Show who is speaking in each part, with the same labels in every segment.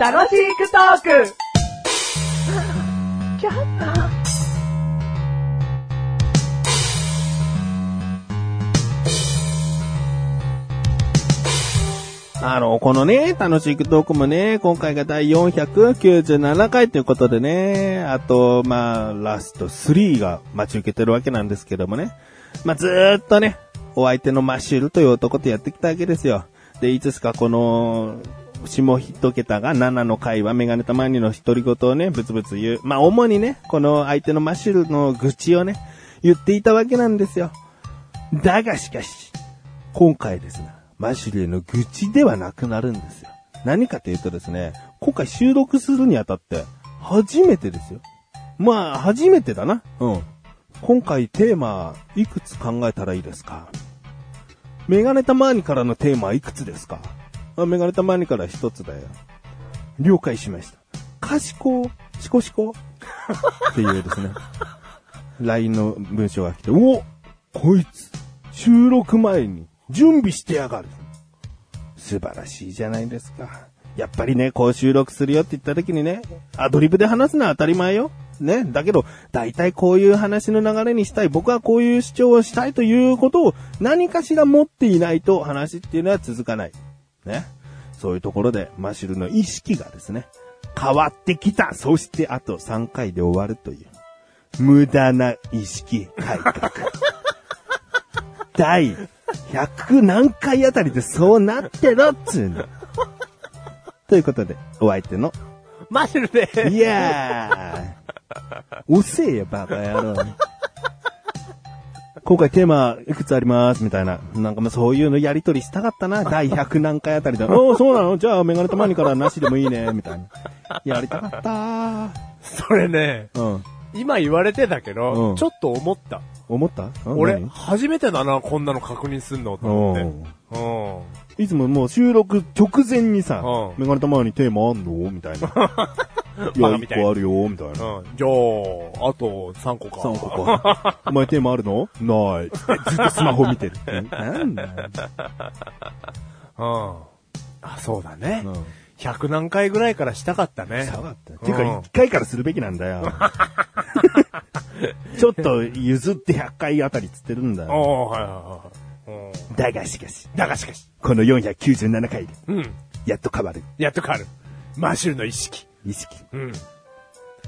Speaker 1: 楽しくトーク
Speaker 2: あの、このね、楽しいトークもね、今回が第497回ということでね、あと、まあ、ラスト3が待ち受けてるわけなんですけどもね。まあ、ずーっとね、お相手のマッシュルという男とやってきたわけですよ。で、いつしかこの、下一桁が7の回はメガネたまにの独り言をね、ぶつぶつ言う。まあ、主にね、この相手のマッシュルの愚痴をね、言っていたわけなんですよ。だがしかし、今回ですね、マシュルへの愚痴ではなくなるんですよ。何かというとですね、今回収録するにあたって、初めてですよ。まあ、初めてだな。うん。今回テーマ、いくつ考えたらいいですかメガネたまーにからのテーマはいくつですかあメガネたまーにから一つだよ。了解しました。賢、シコシコっていうですね。LINE の文章が来て、おこいつ、収録前に準備してやがる。素晴らしいじゃないですか。やっぱりね、こう収録するよって言った時にね、アドリブで話すのは当たり前よ。ね。だけど、大体こういう話の流れにしたい。僕はこういう主張をしたいということを何かしら持っていないと話っていうのは続かない。ね。そういうところで、マシュルの意識がですね、変わってきた。そしてあと3回で終わるという。無駄な意識改革。第100何回あたりでそうなってろっつうの。ということで、お相手の、
Speaker 1: マシュルで
Speaker 2: いやー、うせえよ、バカ野郎。今回テーマいくつありますみたいな。なんかまあそういうのやりとりしたかったな。第100何回あたりで。おーそうなのじゃあメガネたまにからなしでもいいね。みたいな。やりたかった
Speaker 1: それね、
Speaker 2: ー。うん。
Speaker 1: 今言われてたけ
Speaker 2: う
Speaker 1: ど、
Speaker 2: ん
Speaker 1: ちょっと思った。
Speaker 2: 思ったうん
Speaker 1: 俺、
Speaker 2: 何
Speaker 1: 初めてだな、こんなの確認すんの、と思って。うん。
Speaker 2: いつももう収録直前にさ、
Speaker 1: うん
Speaker 2: メガネたまにテーマあんのみたい な。い
Speaker 1: バ
Speaker 2: や、
Speaker 1: カみ
Speaker 2: 一
Speaker 1: たいな
Speaker 2: 個あるよ、みたいな。
Speaker 1: うん。じゃあ、あと3個か。
Speaker 2: さあ、ここ。お前テーマあるのない。ずっとスマホ見てる。なんだよ。
Speaker 1: うん。あ、そうだね。
Speaker 2: うん
Speaker 1: 100何回ぐらいからしたかったね。
Speaker 2: 下がったよ。てか、
Speaker 1: うん
Speaker 2: 1回からするべきなんだ よ。ちょっと譲って100回あたりつってるんだ
Speaker 1: お
Speaker 2: よ。
Speaker 1: おはいはいはいはい。うん
Speaker 2: だがしかし、
Speaker 1: だがしかし、
Speaker 2: この497回で、
Speaker 1: うん。
Speaker 2: やっと変わる。
Speaker 1: やっと変わる。マッシュルの意識。
Speaker 2: 意識。
Speaker 1: うん。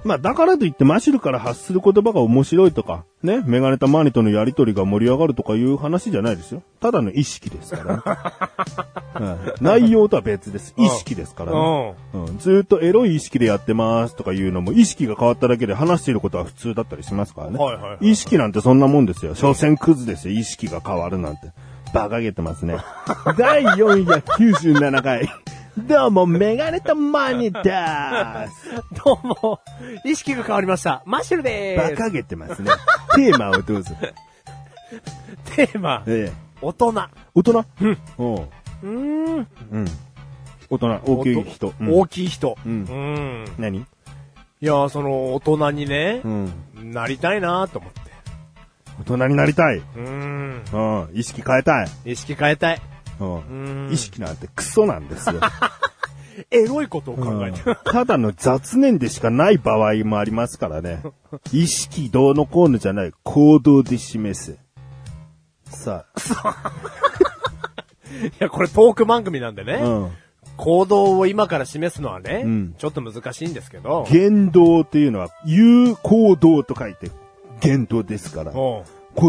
Speaker 2: まあだからといってマシュルから発する言葉が面白いとか、ね、メガネたマーニとのやりとりが盛り上がるとかいう話じゃないですよ。ただの意識ですから ね、うん内容とは別です。意識ですからね。うん、ずーっとエロい意識でやってますとかいうのも意識が変わっただけで話していることは普通だったりしますからね。
Speaker 1: はいはいはい
Speaker 2: 意識なんてそんなもんですよ。所詮クズですよ。意識が変わるなんて。馬鹿げてます ね。第497回。どうも、メガネたマーニです。
Speaker 1: どうも、意識が変わりました。マッシュルで
Speaker 2: 馬
Speaker 1: ー
Speaker 2: 鹿げてますね。 テーマをどうぞ。
Speaker 1: す。テーマ、
Speaker 2: ええ。
Speaker 1: 大人。
Speaker 2: 大人
Speaker 1: うん。
Speaker 2: おう
Speaker 1: うーん。
Speaker 2: うん。大人、大きい人。うん
Speaker 1: 大きい人。
Speaker 2: うん
Speaker 1: ん
Speaker 2: 何
Speaker 1: いやー、その、大人にね
Speaker 2: う、ん。
Speaker 1: なりたいなーと思って。
Speaker 2: 大人になりたい。
Speaker 1: うーん。
Speaker 2: うん。意識変えたい。
Speaker 1: 意識変えたい。
Speaker 2: う。
Speaker 1: うんん。
Speaker 2: 意。識なんてクソなんです よ。
Speaker 1: エロいことを考
Speaker 2: う
Speaker 1: え
Speaker 2: ん
Speaker 1: てる。
Speaker 2: ただの雑念でしかない場合もありますからね。意識どうのこうのじゃない。行動で示す。さ
Speaker 1: いや、これトーク番組なんでね。
Speaker 2: あ、うん。
Speaker 1: 行動を今から示すのはね、
Speaker 2: うん
Speaker 1: ちょっと難しいんですけど。
Speaker 2: 言動っていうのは、言う行動と書いて、言動ですから。
Speaker 1: おう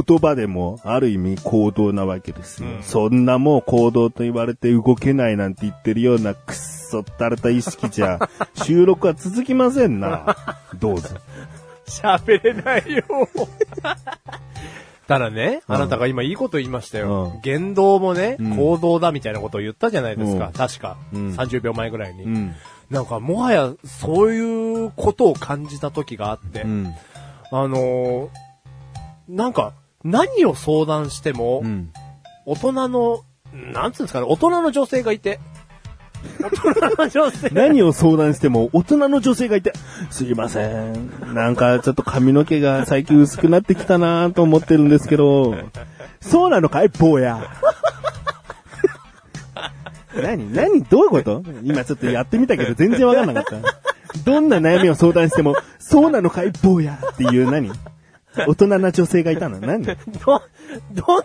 Speaker 2: 言葉でもある意味行動なわけですよ。
Speaker 1: うん
Speaker 2: そんなもう行動と言われて動けないなんて言ってるようなくっそったれた意識じゃ収録は続きませんな。どうぞ。
Speaker 1: 喋れないよ。 ただね、
Speaker 2: うん
Speaker 1: あなたが今いいこと言いましたよ。
Speaker 2: うん
Speaker 1: 言動もね、
Speaker 2: うん
Speaker 1: 行動だみたいなことを言ったじゃないですか。
Speaker 2: うん
Speaker 1: 確か、
Speaker 2: うん
Speaker 1: 30秒前ぐらいに、
Speaker 2: うん。
Speaker 1: なんか、もはや、そういうことを感じた時があって、
Speaker 2: うん。
Speaker 1: あのーなんか、何を相談しても、
Speaker 2: うん。
Speaker 1: 大人の、なんつうんですかね、大人の女性がいて、大人の女性
Speaker 2: 何を相談しても大人の女性がいて、すいません。なんかちょっと髪の毛が最近薄くなってきたなと思ってるんですけど、そうなのかい坊や。 何何どういうこと今ちょっとやってみたけど全然わかんなかった。どんな悩みを相談しても、そうなのかい坊やっていう何大人な女性がいたの何
Speaker 1: ど、どん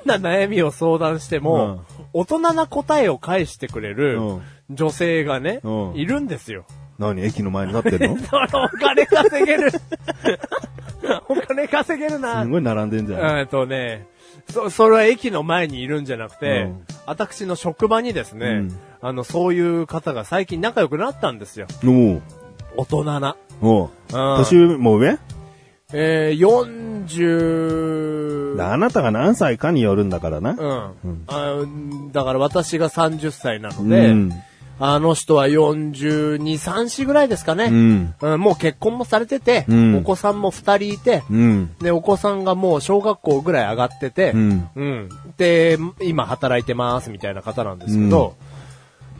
Speaker 1: な悩みを相談しても、大人な答えを返してくれる
Speaker 2: うん
Speaker 1: 女性がね、
Speaker 2: うん
Speaker 1: いるんですよ。
Speaker 2: 何駅の前になってる のす
Speaker 1: そのお金稼げる。 お金稼げるな。
Speaker 2: ごい並んでんじゃん。
Speaker 1: えっとね、そ、それは駅の前にいるんじゃなくて、
Speaker 2: うん
Speaker 1: 私の職場にですね、
Speaker 2: うん
Speaker 1: あの、そういう方が最近仲良くなったんですよ。
Speaker 2: おう
Speaker 1: 大人な。
Speaker 2: おう
Speaker 1: うん
Speaker 2: 年上も上
Speaker 1: えー、40、
Speaker 2: あなたが何歳かによるんだからな。
Speaker 1: うん。あだから私が30歳なので、
Speaker 2: うん
Speaker 1: あの人は42、3歳ぐらいですかね。
Speaker 2: うん。
Speaker 1: うんもう結婚もされてて、
Speaker 2: うん
Speaker 1: お子さんも2人いて、
Speaker 2: うん。
Speaker 1: で、お子さんがもう小学校ぐらい上がってて、
Speaker 2: うん
Speaker 1: で、今働いてますみたいな方なんですけど、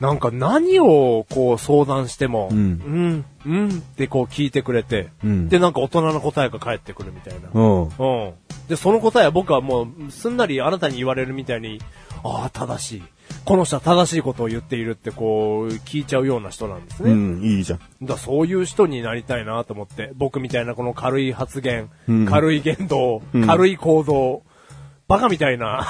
Speaker 1: なんか何をこう相談しても、
Speaker 2: う
Speaker 1: うん、うん、ってこう聞いてくれて、
Speaker 2: うん
Speaker 1: で、なんか大人の答えが返ってくるみたいな。
Speaker 2: おう
Speaker 1: うん。で、その答えは僕はもう、すんなりあなたに言われるみたいに、ああ、正しい。この人は正しいことを言っているってこう、聞いちゃうような人なんですね。
Speaker 2: うん、いいじゃん。
Speaker 1: だそういう人になりたいなと思って、僕みたいなこの軽い発言、
Speaker 2: うん
Speaker 1: 軽い言動、
Speaker 2: うん
Speaker 1: 軽い行動、バカみたいな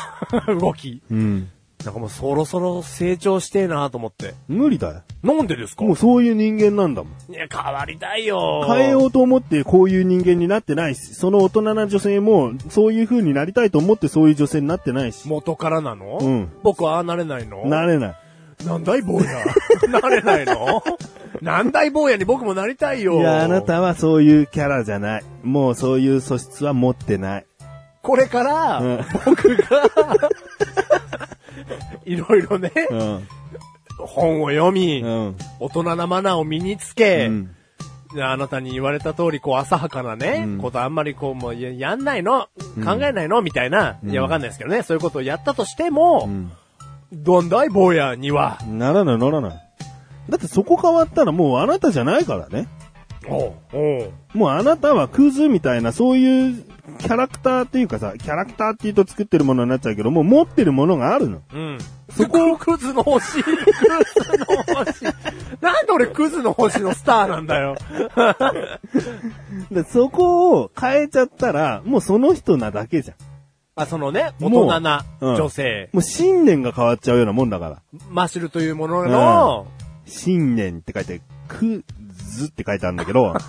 Speaker 1: 動き。
Speaker 2: うん。
Speaker 1: なんかもうそろそろ成長してえなと思って。
Speaker 2: 無理だよ。
Speaker 1: なんでですか
Speaker 2: もうそういう人間なんだもん。
Speaker 1: いや変わりたいよ
Speaker 2: 変えようと思ってこういう人間になってないし、その大人な女性もそういう風になりたいと思ってそういう女性になってないし、
Speaker 1: 元からなの、
Speaker 2: うん
Speaker 1: 僕はああなれないの
Speaker 2: なれない。
Speaker 1: なんだい坊や。 なれないのなんだい坊やに僕もなりたいよ。
Speaker 2: いや、あな。たはそういうキャラじゃない。もうそういう素質は持ってない。
Speaker 1: これから、
Speaker 2: うん
Speaker 1: 僕が、いろいろね、
Speaker 2: うん。
Speaker 1: 本を読み、
Speaker 2: うん。
Speaker 1: 大人なマナーを身につけ、
Speaker 2: うん
Speaker 1: あなたに言われた通り、こう、浅はかなね、
Speaker 2: うん
Speaker 1: ことあんまりこう、もう、いややんないの考えないの、みたいな、いや、わかんないですけどね、そういうことをやったとしても、どんだい坊やには、
Speaker 2: ならない、ならない。だってそこ変わったらもうあなたじゃないからね。
Speaker 1: おうおう
Speaker 2: もうあなたはクズみたいな、そういうキャラクターっていうかさ、キャラクターっていうと作ってるものになっちゃうけど、もう持ってるものがあるの。
Speaker 1: うん。そこをクズの星、クズの星。なんで俺クズの星のスターなんだ よ。
Speaker 2: で、そこを変えちゃったら、もうその人なだけじゃん。
Speaker 1: あ、そのね、大
Speaker 2: もう
Speaker 1: 人な
Speaker 2: うん
Speaker 1: 女性、
Speaker 2: もう信念が変わっちゃうようなもんだから。
Speaker 1: マシュルというものの、
Speaker 2: 信念って書いて、くずって書いてあるんだけど、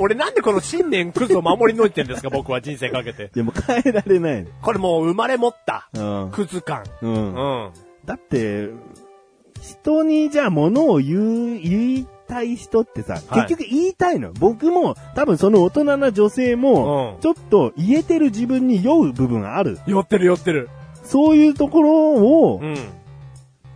Speaker 1: 俺なんでこの新年クズを守り抜いてんですか、僕は人生かけて。
Speaker 2: でも変えられない。
Speaker 1: これもう生まれ持った、
Speaker 2: うん。
Speaker 1: クズ感。
Speaker 2: う。
Speaker 1: うんん。
Speaker 2: だって、人にじゃあ物を言う、言いたい人ってさ、
Speaker 1: はい
Speaker 2: 結局言いたいの。僕も、多分その大人な女性も、
Speaker 1: うん
Speaker 2: ちょっと言えてる自分に酔う部分がある。
Speaker 1: 寄ってる寄ってる。
Speaker 2: そういうところを
Speaker 1: う、ん。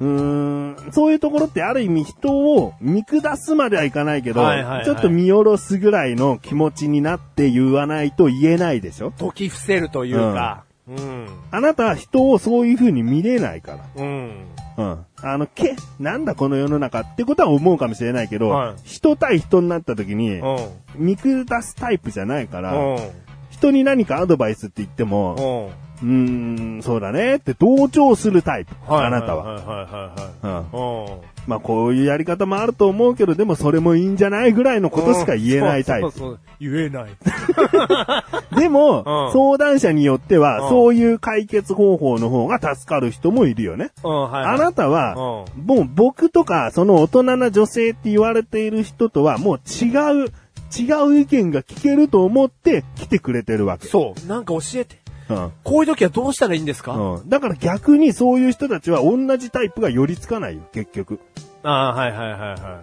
Speaker 2: うーんそういうところってある意味人を見下すまではいかないけど、
Speaker 1: はいはいはい
Speaker 2: ちょっと見下ろすぐらいの気持ちになって言わないと言えないでしょ
Speaker 1: 解き伏せるというか、うん。
Speaker 2: あなたは人をそういう風に見れないか
Speaker 1: うん。
Speaker 2: ら。うん。あの、け、なんだこの世の中ってことは思うかもしれないけど、
Speaker 1: はい
Speaker 2: 人対人になった時に
Speaker 1: う、ん。
Speaker 2: 見下すタイプじゃないから、
Speaker 1: う
Speaker 2: 人に何かアドバイスって言っても、
Speaker 1: ん。うん。
Speaker 2: うーん、そうだねって同調するタイプ。あなたは。
Speaker 1: はいはい
Speaker 2: うん
Speaker 1: はいはい。うん。
Speaker 2: まあこういうやり方もあると思うけど、でもそれもいいんじゃないぐらいのことしか言えないタイ
Speaker 1: うん
Speaker 2: プ。
Speaker 1: そうそうそう言えない。
Speaker 2: でも、
Speaker 1: うん
Speaker 2: 相談者によっては、
Speaker 1: うん
Speaker 2: そういう解決方法の方が助かる人もいるよね。
Speaker 1: うん、はい、
Speaker 2: あなたは、
Speaker 1: うん。
Speaker 2: もう僕とか、その大人な女性って言われている人とは、もう違う、違う意見が聞けると思って来てくれてるわけ。
Speaker 1: そう。なんか教えて。
Speaker 2: うん
Speaker 1: こういう時はどうしたらいいんですか、
Speaker 2: うん、だから逆にそういう人たちは同じタイプが寄りつかないよ、結局。
Speaker 1: ああ、はいはいはいはい。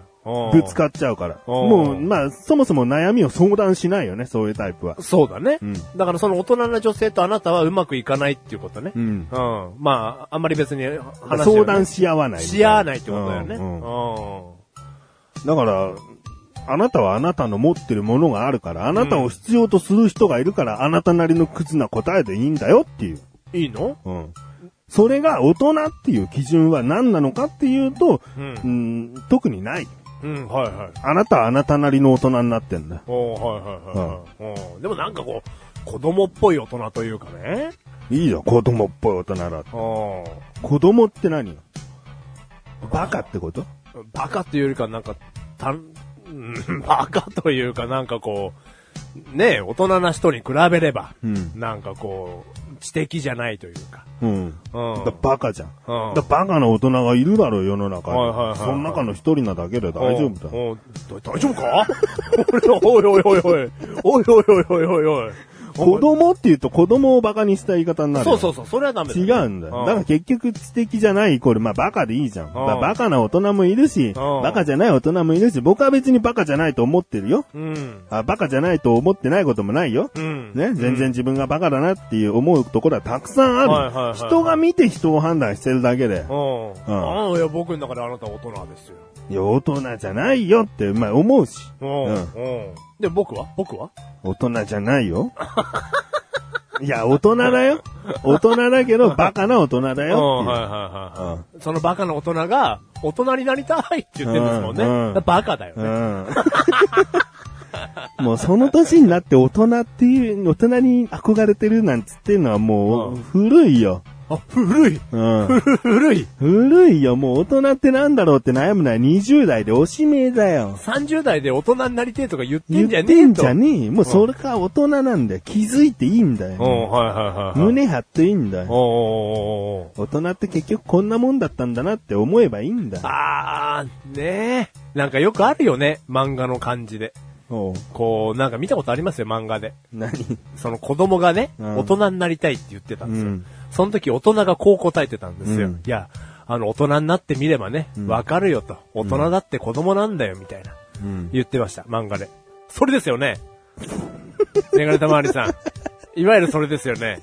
Speaker 2: ぶつ
Speaker 1: か
Speaker 2: かっちゃうから。
Speaker 1: うん
Speaker 2: もう、まあ、そもそも悩みを相談しないよね、そういうタイプは。
Speaker 1: そうだね、
Speaker 2: うん
Speaker 1: だからその大人な女性とあなたはうまくいかないっていうことね。
Speaker 2: うん。
Speaker 1: うん。まあ、あんまり別に話をね
Speaker 2: 相談し合わないみたいな。
Speaker 1: し合わないってことだよね。
Speaker 2: うんうん
Speaker 1: う
Speaker 2: だから、あなたはあなたの持ってるものがあるから、あなたを必要とする人がいるから、あなたなりのクズな答えでいいんだよっていう。
Speaker 1: ん。いいの
Speaker 2: うん。それが大人っていう基準は何なのかっていうと、
Speaker 1: うん
Speaker 2: うん、特にない。
Speaker 1: うん、はいはい。
Speaker 2: あなたはあなたなりの大人になってんだ。
Speaker 1: おーはいはいはい、はいうん。でもなんかこう、子供っぽい大人というかね。
Speaker 2: いいじゃん、子供っぽい大人だ。
Speaker 1: うん。
Speaker 2: 子供って何よバカってこと
Speaker 1: バカというよりか、なんか、たん、 うんバカというか、なんかこう、ねえ、大人な人に比べれば、
Speaker 2: うん
Speaker 1: なんかこう、知的じゃないというか。
Speaker 2: うん。
Speaker 1: うん
Speaker 2: だバカじゃん。
Speaker 1: うん
Speaker 2: だバカな大人がいるだろう、世の中に。
Speaker 1: はいはいはいはい
Speaker 2: その中の一人なだけで大丈夫だ。
Speaker 1: おうおうだ大丈夫か おいおいおいおい。おいおいおいおいおいおい。
Speaker 2: 子供って言うと子供をバカにした言い方になる。
Speaker 1: そうそうそう、それはダメ
Speaker 2: 違
Speaker 1: だ。
Speaker 2: うんだよ。だから結局知的じゃないイコール、まあバカでいいじゃん。だからバカな大人もいるし、
Speaker 1: ん
Speaker 2: バカじゃない大人もいるし、僕は別にバカじゃないと思ってるよ。
Speaker 1: うん。
Speaker 2: あバカじゃないと思ってないこともないよ。
Speaker 1: うん。
Speaker 2: ね、全然自分がバカだなっていう思うところはたくさん
Speaker 1: はい
Speaker 2: あ
Speaker 1: はいはい
Speaker 2: る。人が見て人を判断してるだけで
Speaker 1: う、ん。ああ、いや、僕の中であなたは大人ですよ。
Speaker 2: いや、大人じゃないよって、まあ思うし、
Speaker 1: うん。
Speaker 2: う
Speaker 1: うんん。で、僕は僕は
Speaker 2: 大人じゃない よ。いや、大人だよ。大人だけど、バカな大人だ
Speaker 1: うん、
Speaker 2: よ
Speaker 1: は
Speaker 2: っ
Speaker 1: いはいは
Speaker 2: うん
Speaker 1: い。そのバカな大人が、大人になりたいって言ってるんですもんね。
Speaker 2: うんうん
Speaker 1: バカだよ
Speaker 2: てい
Speaker 1: ね。
Speaker 2: う。うん。もうその年になって大人っていう、大人に憧れてるなんつっていうのはもう
Speaker 1: うん
Speaker 2: 古いよ。
Speaker 1: あ、古い
Speaker 2: うん。
Speaker 1: 古い
Speaker 2: 古いよ。もう大人ってなんだろうって悩むのは20代でおしめえだよ。
Speaker 1: !30 代で大人になりてえとか言って
Speaker 2: 言
Speaker 1: んじゃ
Speaker 2: っ
Speaker 1: ね
Speaker 2: て
Speaker 1: え
Speaker 2: ん
Speaker 1: と。
Speaker 2: じゃねえよ。もうそれから大人なんだよ。気づいていいんだ
Speaker 1: う
Speaker 2: よ。
Speaker 1: ん、はいはいはい。はい。
Speaker 2: 胸張っていいんだよ。
Speaker 1: おーおーおーおー
Speaker 2: 大人って結局こんなもんだったんだなって思えばいいんだよ。
Speaker 1: あー、ねえ。なんかよくあるよね、漫画の感じで。
Speaker 2: おう
Speaker 1: こう、なんか見たことありますよ、漫画で。
Speaker 2: 何
Speaker 1: その子供がね、
Speaker 2: うん
Speaker 1: 大人になりたいって言ってたんですよ。
Speaker 2: うん
Speaker 1: その時大人がこう答えてたんですよ。
Speaker 2: うん
Speaker 1: いや、あの、大人になってみればね、わかるよと。大人だって子供なんだよ、みたいな。
Speaker 2: うん。
Speaker 1: 言ってました、漫画で。それですよね。メガネたまわりさん。いわゆるそれですよね。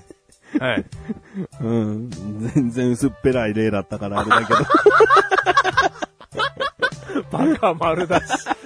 Speaker 1: はい。
Speaker 2: うん。全然薄っぺらい例だったからあれだけど。
Speaker 1: バカ丸だし。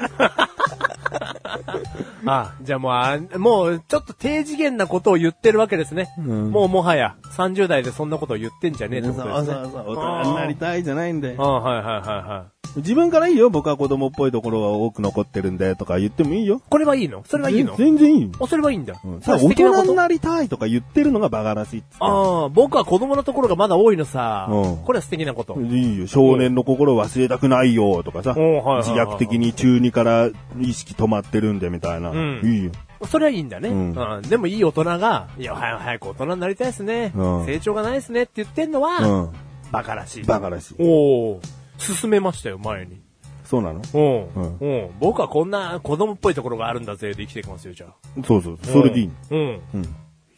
Speaker 1: あ、じゃあもうあ、もう、ちょっと低次元なことを言ってるわけですね。
Speaker 2: うん
Speaker 1: もうもはや、30代でそんなことを言ってんじゃねえって
Speaker 2: そう
Speaker 1: こ
Speaker 2: そ
Speaker 1: と
Speaker 2: う
Speaker 1: ですね。
Speaker 2: そう。大人になりたいじゃないんだ
Speaker 1: あ
Speaker 2: よ。
Speaker 1: あはいはいはいはい。
Speaker 2: 自分からいいよ。僕は子供っぽいところが多く残ってるんでとか言ってもいいよ。
Speaker 1: これはいいのそれはいいの
Speaker 2: 全然いいよ。
Speaker 1: あ、それはいいんだ。
Speaker 2: うん、
Speaker 1: そ
Speaker 2: た
Speaker 1: れ
Speaker 2: だ
Speaker 1: 素
Speaker 2: 大
Speaker 1: 敵な
Speaker 2: 人
Speaker 1: こ
Speaker 2: に
Speaker 1: と
Speaker 2: なりたいとか言ってるのがバカらしいっつって
Speaker 1: ああ、僕は子供のところがまだ多いのさ。
Speaker 2: うん
Speaker 1: これは素敵なこと。
Speaker 2: いいよ、少年の心忘れたくないよとかさ、
Speaker 1: うんはいはいはいはい
Speaker 2: 自虐的に中二から意識止まってるんでみたいな。
Speaker 1: うん
Speaker 2: いいよ。
Speaker 1: それはいいんだね。
Speaker 2: うん
Speaker 1: うんでもいい大人が、いや、早く早く大人になりたいですね。
Speaker 2: うん
Speaker 1: 成長がないですねって言ってんのは、
Speaker 2: うん。
Speaker 1: バカらしい。
Speaker 2: バカらしい。
Speaker 1: おお進めましたよ、前に。
Speaker 2: そうなの
Speaker 1: うん。
Speaker 2: うん
Speaker 1: うん。僕はこんな子供っぽいところがあるんだぜ、で生きていきますよ、じゃあ。
Speaker 2: そうそう、それでいいの。
Speaker 1: うん。
Speaker 2: うん。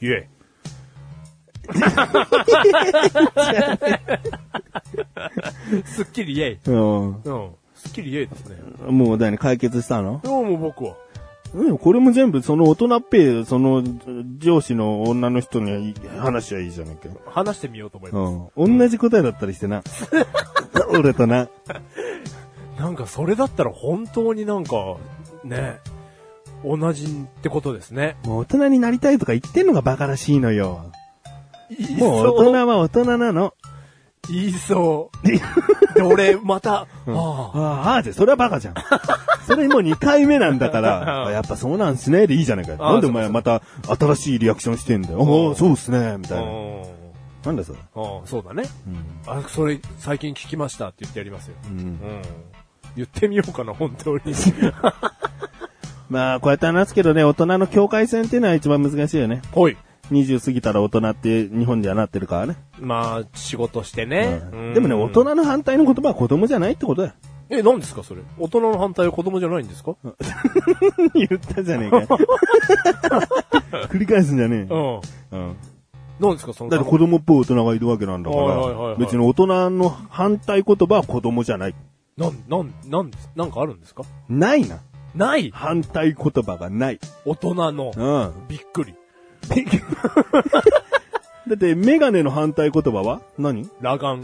Speaker 1: イエイ。 すっきりイエイ。
Speaker 2: うん
Speaker 1: うん。すっきりイエイですね。
Speaker 2: もうだよね、解決したの
Speaker 1: どうも僕は。
Speaker 2: うん、これも全部その大人っぺい、その上司の女の人に話しゃいいじゃねえか
Speaker 1: 話してみようと思います。
Speaker 2: よ。うん。同じ答えだったりしてな。 俺とな。
Speaker 1: なんかそれだったら本当になんか、ね、同じってことですね。
Speaker 2: もう大人になりたいとか言ってんのがバカらしいのよ。もう大
Speaker 1: いそう。
Speaker 2: 人は大人なの。
Speaker 1: 言 いそう。で、俺、また、あ
Speaker 2: ああ、じゃあそれはバカ じゃん。それもう2回目なんだから、
Speaker 1: う ん
Speaker 2: あやっぱそうなんすね、でいいじゃないかよ。
Speaker 1: あ
Speaker 2: なんでお前
Speaker 1: そう
Speaker 2: また新しいリアクションしてんだよ。
Speaker 1: うん
Speaker 2: ああ、そうっすね、み
Speaker 1: あ、
Speaker 2: た
Speaker 1: う
Speaker 2: いな。
Speaker 1: ん。
Speaker 2: なんだそれ。
Speaker 1: うん、そうだね。
Speaker 2: うん。
Speaker 1: あ、それ、最近聞きましたって言ってやりますよ。
Speaker 2: うん
Speaker 1: うん。言ってみようかな、本当に。
Speaker 2: まあ、こうやって話すけどね、大人の境界線っていうのは一番難しいよね。
Speaker 1: ほい。
Speaker 2: 20過ぎたら大人って日本ではなってるからね。
Speaker 1: まあ、仕事してね。うん
Speaker 2: でもね、大。人の反対の言葉は子供じゃないってことだよ。
Speaker 1: え、何ですか、それ。大人の反対は子供じゃないんですかうん。
Speaker 2: 言ったじゃねえかよ。 繰り返すんじゃねえよ。うん
Speaker 1: 何ですか、その。
Speaker 2: だって子供っぽい大人がいるわけなんだか
Speaker 1: はいはいはい
Speaker 2: ら
Speaker 1: は、い
Speaker 2: 別に大人の反対言葉は子供じゃない。
Speaker 1: なん、なん、なんです、なんかあるんですか
Speaker 2: ないな。
Speaker 1: ない
Speaker 2: 反対言葉がない。
Speaker 1: 大人の
Speaker 2: う。ん。
Speaker 1: びっ くり。
Speaker 2: だって、メガネの反対言葉は何
Speaker 1: 裸眼。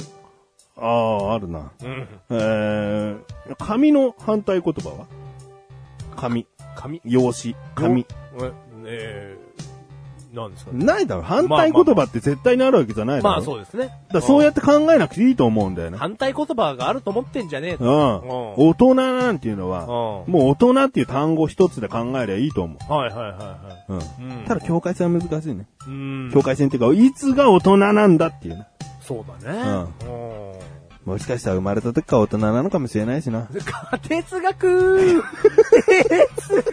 Speaker 2: ああ、あるな。
Speaker 1: うん。
Speaker 2: えー、紙の反対言葉は紙。
Speaker 1: 髪。
Speaker 2: 用紙。紙。
Speaker 1: え、えー、なんですかね。
Speaker 2: ないだろ。反対言葉って絶対にあるわけじゃないだろ。
Speaker 1: まあそうですね。
Speaker 2: だからそうやって考えなくていいと思うんだよね。
Speaker 1: 反対言葉があると思ってんじゃねえ
Speaker 2: う
Speaker 1: と。
Speaker 2: ん。大人なんていうのは、も
Speaker 1: う
Speaker 2: う大人っていう単語一つで考えりゃいいと思
Speaker 1: ん。はいはいはいは
Speaker 2: う。うん。
Speaker 1: い。うん。
Speaker 2: ただ、境界線は難しいね。
Speaker 1: うん。
Speaker 2: 境界線っていうか、いつが大人なんだっていうね。
Speaker 1: そうだね。うん。
Speaker 2: もしかしたら生まれた時から大人なのかもしれないしな。
Speaker 1: 哲学哲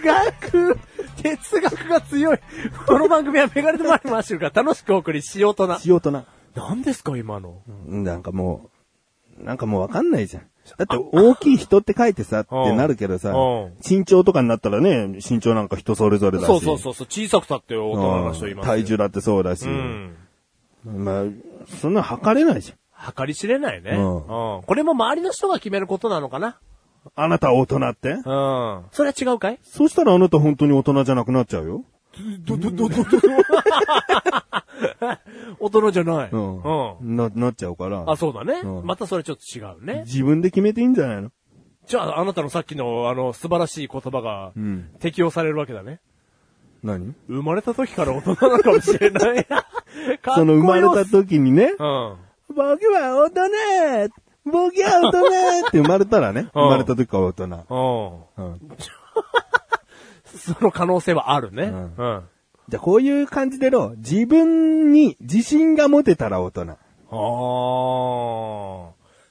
Speaker 1: 学哲学が強い。この番組はメガネとマリマッシュルが楽しくお送りしようとな。
Speaker 2: し大人。
Speaker 1: 何ですか今の。
Speaker 2: うんなんかもう、なんかもうわかんないじゃん。だって大きい人って書いてさ、ってなるけどさ
Speaker 1: うん、
Speaker 2: 身長とかになったらね、身長なんか人それぞれだし。
Speaker 1: そうそうそうそう、小さくたって大人の人い
Speaker 2: うん
Speaker 1: ますよ。
Speaker 2: 体重だってそうだし
Speaker 1: う。ん。
Speaker 2: まあ、そんな測れないじゃん。
Speaker 1: 計り知れないね。う
Speaker 2: うんん。
Speaker 1: これも周りの人が決めることなのかな。
Speaker 2: あなたは大人って
Speaker 1: うん。それは違うかい
Speaker 2: そうしたらあなた本当に大人じゃなくなっちゃうよ。
Speaker 1: ど、ど、ど、ど、ど、大人じゃない。うん。
Speaker 2: うん。な、なっちゃうから。
Speaker 1: あ、そうだね、
Speaker 2: うん
Speaker 1: またそれちょっと違うね。
Speaker 2: 自分で決めていいんじゃないの
Speaker 1: じゃあ、あなたのさっきの、あの、素晴らしい言葉が
Speaker 2: ん、
Speaker 1: 適用されるわけだね。
Speaker 2: 何
Speaker 1: 生まれた時から大人なのかもしれない。かっこよ
Speaker 2: その生まれた時にね、
Speaker 1: うん。
Speaker 2: 僕は大人僕は大人って生まれたらね、生まれた時から大人。
Speaker 1: うん。
Speaker 2: うん。
Speaker 1: その可能性はあるね。うんん。あ
Speaker 2: じゃあこういう感じでろ、自分に自信が持てたら大人。
Speaker 1: あー。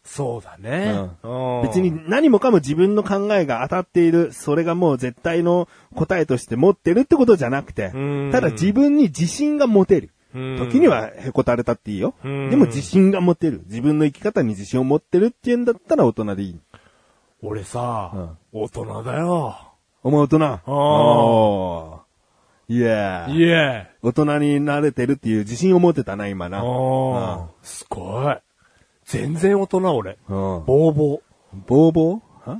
Speaker 1: そうだね。うん。
Speaker 2: 別に何もかも自分の考えが当たっている、それがもう絶対の答えとして持ってるってことじゃなくて
Speaker 1: うん、
Speaker 2: ただ自分に自信が持てる。
Speaker 1: うん
Speaker 2: 時にはへこたれたっていいよ。で
Speaker 1: うん
Speaker 2: も自信が持てる。自分の生き方に自信を持ってるっていうんだったら大人でいい。
Speaker 1: 俺さ、大人だよ。
Speaker 2: お前大人。
Speaker 1: ー
Speaker 2: おーいや
Speaker 1: いえ。
Speaker 2: 大人になれてるっていう自信を持てたな、今
Speaker 1: あ
Speaker 2: な。
Speaker 1: あ。すごい。全然大人俺。
Speaker 2: うん。
Speaker 1: ボー ボ
Speaker 2: ボーボーは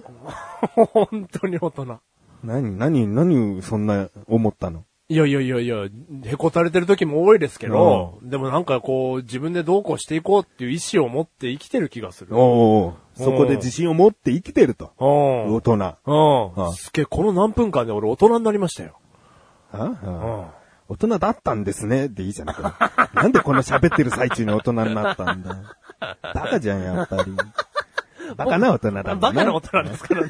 Speaker 1: ー。本当に大人。
Speaker 2: 何、何、何、そんな思ったの
Speaker 1: いやいやいやいや、へこたれてる時も多いですけど、でもなんかこう、自分でどうこうしていこうっていう意志を持って生きてる気がする。
Speaker 2: おーそこで自信を持って生きてると。
Speaker 1: うん。う
Speaker 2: 大人。
Speaker 1: ん。
Speaker 2: ん
Speaker 1: すげえ、この何分間で俺大人になりましたよ。
Speaker 2: ああ
Speaker 1: ん。
Speaker 2: 大人だったんですね。でいいじゃん。 これなんでこんな喋ってる最中に大人になったんだ。バカじゃん、やっぱり。バカな大人だもんね。
Speaker 1: バカな大人ですからね。